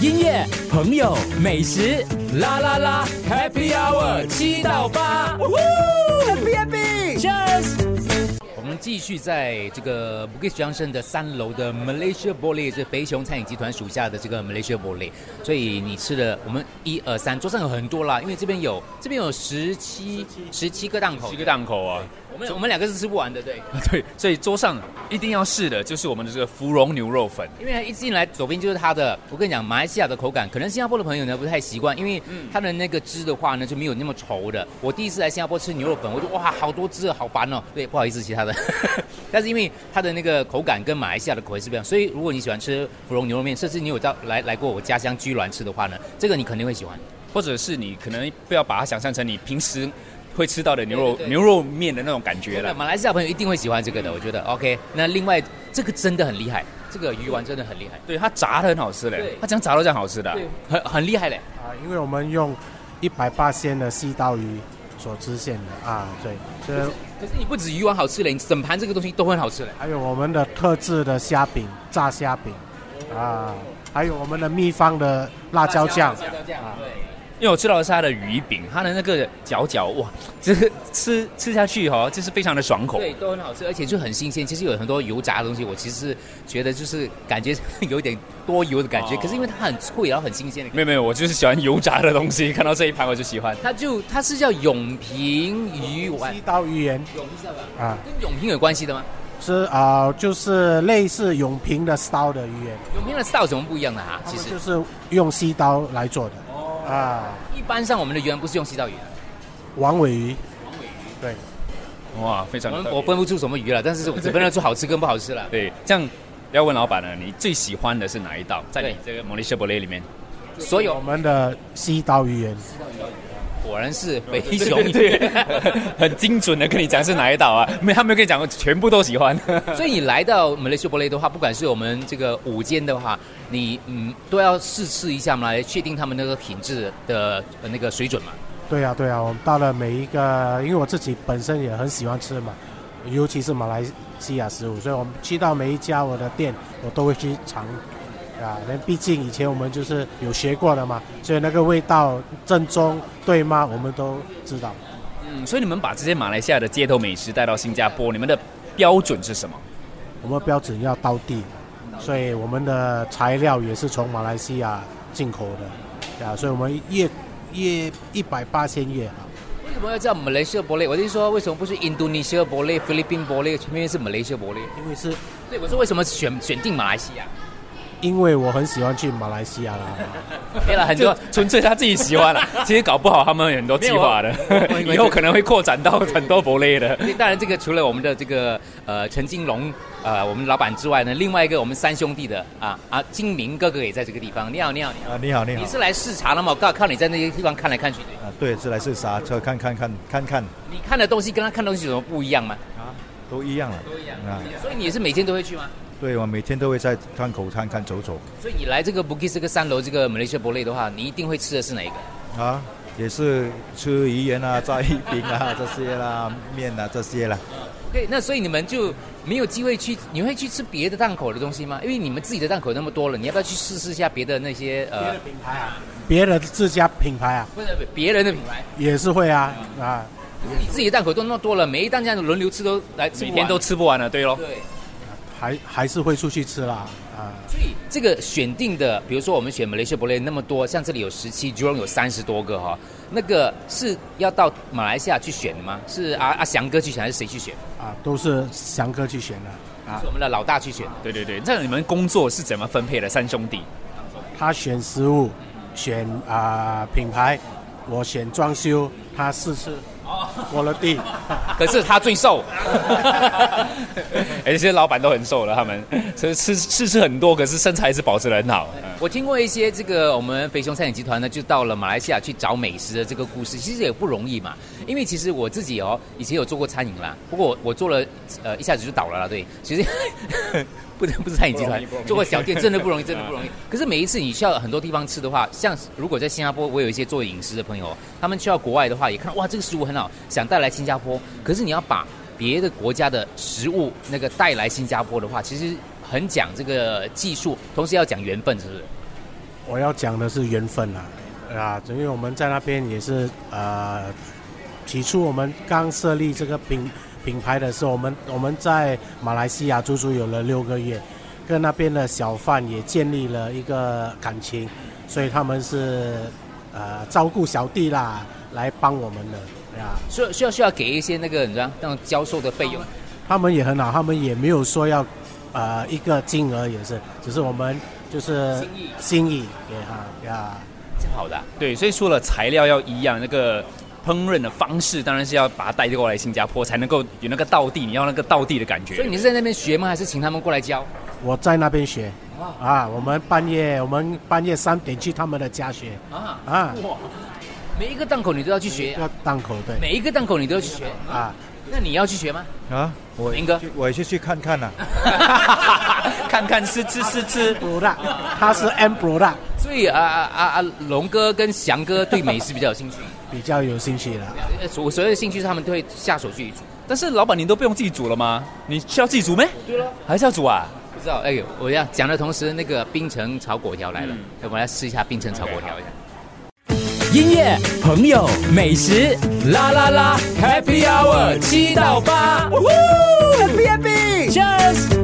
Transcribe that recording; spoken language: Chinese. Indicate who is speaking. Speaker 1: 音乐、朋友、美食，啦啦啦，Happy Hour 七到八，Happy Happy，Cheers。我们继续在这个 Bukit Johnson 的三楼的 Malaysia b o l e 是肥熊餐饮集团属下的这个 Malaysia b o l e 所以你吃的我们一二三，桌上有很多啦，因为这边有这边有十七十七个档口，
Speaker 2: 七个档口啊，
Speaker 1: 我们我们两个是吃不完的，对。
Speaker 2: 对， 所以桌上一定要试的就是我们的这个芙蓉牛肉粉。
Speaker 1: 因为它一进来左边就是它的，我跟你讲，马来西亚的口感，可能新加坡的朋友呢不太习惯，因为它的那个汁的话呢就没有那么稠的。我第一次来新加坡吃牛肉粉，我就哇，好多汁，好烦哦。对，不好意思，其他的， 但是因为它的那个口感跟马来西亚的口味是不一样，所以如果你喜欢吃芙蓉牛肉面，甚至你有到来来过我家乡居銮吃的话呢，这个你肯定会喜欢。
Speaker 2: 或者是你可能不要把它想象成你平时会吃到的牛肉
Speaker 1: 对对对
Speaker 2: 牛肉面的那种感觉了。
Speaker 1: 马来西亚朋友一定会喜欢这个的，我觉得 OK。那另外这个真的很厉害，这个鱼丸真的很厉害，
Speaker 2: 对，它炸的很好吃嘞
Speaker 1: 对，
Speaker 2: 它怎样炸都这样好吃的啊、
Speaker 1: 对，很很厉害嘞。
Speaker 3: 啊，因为我们用一百八鲜的细刀鱼所制馅的啊，对，这
Speaker 1: 呃可是你不止鱼丸好吃嘞，你整盘这个东西都很好吃嘞。
Speaker 3: 还有我们的特制的虾饼、炸虾饼啊，还有我们的秘方的辣椒酱，啊
Speaker 1: 辣椒酱，对，
Speaker 2: 因为我吃到的是它的鱼饼，它的那个角角，哇，这个吃吃下去哈、就是非常的爽口。
Speaker 1: 对，都很好吃，而且就很新鲜。其实有很多油炸的东西，我其实是觉得就是感觉有点多油的感觉，
Speaker 2: 哦
Speaker 1: 可是因为它很脆，然后很新鲜的感觉。
Speaker 2: 没有没有，我就是喜欢油炸的东西，看到这一盘我就喜欢。
Speaker 1: 它就它是叫永平鱼丸
Speaker 3: 细，刀鱼圆
Speaker 1: 永平是吧？
Speaker 3: 啊，
Speaker 1: 跟永平有关系的吗？
Speaker 3: 是啊，就是类似永平的烧的鱼圆，
Speaker 1: 永平的 style 有什么不一样的哈、
Speaker 3: 他
Speaker 1: 其
Speaker 3: 们
Speaker 1: 实
Speaker 3: 就是用细刀来做的啊，
Speaker 1: 一般上我们的鱼丸不是用西道鱼的，
Speaker 3: 王尾鱼，
Speaker 1: 黄尾鱼。
Speaker 3: 对，
Speaker 2: 哇，非常
Speaker 1: 我
Speaker 2: 特别
Speaker 1: 们我分不出什么鱼了，但是我只分得出好吃跟不好吃了。
Speaker 2: 对，这样要问老板呢，你最喜欢的是哪一道？在你这个 m a l a y s i a b o l e 里
Speaker 1: 哦
Speaker 2: 面，
Speaker 1: 所
Speaker 3: 我
Speaker 1: 有
Speaker 3: 们的细刀鱼圆
Speaker 1: 果然是肥熊
Speaker 2: 对对对， 很精准的跟你讲是哪一道啊？没，他没有跟你讲过，全部都喜欢。
Speaker 1: 所以你来到马来西亚博雷的话，不管是我们这个午间的话，你嗯都要试吃一下嘛，来确定他们那个品质的呃那个水准嘛。
Speaker 3: 对呀、对呀、我们到了每一个，因为我自己本身也很喜欢吃嘛，尤其是马来西亚食物，所以我们去到每一家我的店，我都会去尝。啊，那毕竟以前我们就是有学过的嘛，所以那个味道正宗对吗？我们都知道。
Speaker 2: 嗯，所以你们把这些马来西亚的街头美食带到新加坡，你们的标准是什么？
Speaker 3: 我们标准要到地，所以我们的材料也是从马来西亚进口的，啊，所以我们越越一百八千啊越好。
Speaker 1: 为什么要叫马来西亚博雷？我就说为什么不是印度尼西亚博雷、菲律宾博雷，偏偏是马来西亚博雷？
Speaker 3: 因为是
Speaker 1: 对，我说为什么选选定马来 西亚？
Speaker 3: 因为我很喜欢去马来西亚啦。
Speaker 1: 对了，很多
Speaker 2: 就纯粹他自己喜欢 了、其实搞不好他们有很多计划的
Speaker 1: 没有我，我
Speaker 2: 以后可能会扩展到很多博类的。
Speaker 1: 对当然，这个除了我们的这个呃陈金龙呃我们老板之外呢，另外一个我们三兄弟的啊啊金明哥哥也在这个地方。你好，你好，你好，
Speaker 4: 啊，你好，你好
Speaker 1: 你。是来视察的吗？我刚好看你在那些地方看来看去的。
Speaker 4: 啊，对，是来视察，就看看看看看
Speaker 1: 你看的东西跟他看的东西有什么不一样吗？
Speaker 4: 啊，都一样了。
Speaker 1: 一样
Speaker 4: 啊
Speaker 1: 所以你也是每天都会去吗？
Speaker 4: 对，我每天都会在窗口看看走走
Speaker 1: 所以你来这个 Bukit 这个三楼这个马来西亚博类的话，你一定会吃的是哪一个？
Speaker 4: 啊，也是吃鱼圆啊、炸鱼饼啊这些啦、面啊这些啦。
Speaker 1: 对，那所以你们就没有机会去，你会去吃别的档口的东西吗？因为你们自己的档口那么多了，你要不要去试试一下别的那些呃，
Speaker 3: 品牌啊，别的自家品牌啊，
Speaker 1: 不是别人的品牌？
Speaker 3: 也是会啊啊，
Speaker 1: 你自己的档口都那么多了，每一档这样轮流吃都来，吃不
Speaker 2: 每
Speaker 1: 完
Speaker 2: 天都吃不完了，啊对咯。
Speaker 1: 对。
Speaker 3: 还还是会出去吃啦啊。
Speaker 1: 所以这个选定的，比如说我们选马来西亚博类那么多，像这里有十七，Jurong 有三十多个哈、那个是要到马来西亚去选的吗？是阿阿翔哥去选还是谁去选？
Speaker 3: 啊，都是翔哥去选的啊
Speaker 1: 是，我们的老大去选的。
Speaker 2: 对对对，那你们工作是怎么分配的？三兄 弟，
Speaker 3: 他选食物，选啊、品牌，我选装修，他试吃，我的地，
Speaker 1: 可是他最瘦，
Speaker 2: 哎，这些老板都很瘦了，他们所以吃吃吃很多，可是身材还是保持得很好。嗯
Speaker 1: 我听过一些这个我们肥熊餐饮集团呢，就到了马来西亚去找美食的这个故事，其实也不容易嘛。因为其实我自己哦，以前有做过餐饮啦，不过我我做了呃一下子就倒了啦，对，其实 不是不是餐饮集
Speaker 2: 不容
Speaker 1: 团
Speaker 2: 易不容，易
Speaker 1: 做过小店真的不容易，真的不容易。 可是每一次你去到很多地方吃的话，像如果在新加坡，我有一些做饮食的朋友，他们去到国外的话，也看到哇这个食物很好，想带来新加坡，可是你要把别的国家的食物那个带来新加坡的话，其实很讲这个技术，同时要讲缘分，是不是？
Speaker 3: 我要讲的是缘分啊，啊，因为我们在那边也是呃，起初我们刚设立这个品品牌的时候，我们我们在马来西亚足足有了六个月，跟那边的小贩也建立了一个感情，所以他们是呃照顾小弟啦，来帮我们的啊。
Speaker 2: 需要需要需要给一些那个你知道那种教授的费用，
Speaker 3: 他们也很好，他们也没有说要，呃，一个金额也是，只是我们就是
Speaker 2: 心意
Speaker 3: 心意给他呀。
Speaker 2: 这样好的啊、对，所以除了材料要一样，那个烹饪的方式当然是要把它带过来新加坡，才能够有那个道地，你要那个道地的感觉。
Speaker 1: 所以你是在那边学吗？还是请他们过来教？
Speaker 3: 我在那边学
Speaker 1: 哇
Speaker 3: 啊，我们半夜我们半夜三点去他们的家学
Speaker 1: 啊，
Speaker 3: 啊，
Speaker 1: 哇，每一个档口你都要去学，
Speaker 3: 要档口对
Speaker 1: 每一个档口你都要去学。
Speaker 3: 啊，
Speaker 1: 那你要去学吗？
Speaker 4: 啊，我
Speaker 1: 明 哥，
Speaker 4: 去我也是去看看啊呐、
Speaker 2: 看看吃吃吃吃。
Speaker 3: b r 他是 M b r
Speaker 1: 所以啊啊啊啊，龙哥跟翔哥对美食比较有兴趣。
Speaker 3: 比较有兴趣了。
Speaker 1: 呃所所谓的兴趣是他们都会下手去煮。
Speaker 2: 但是老板你都不用自己煮了吗？你需要自己煮没？
Speaker 1: 对了，
Speaker 2: 还是要煮啊？
Speaker 1: 不知道哎，我要讲的同时，那个冰城炒粿条来了，要不我们来试一下冰城炒粿条一下。
Speaker 2: 音乐、朋友、美食，
Speaker 1: 啦啦啦，Happy Hour 七到八，Happy Happy，Cheers。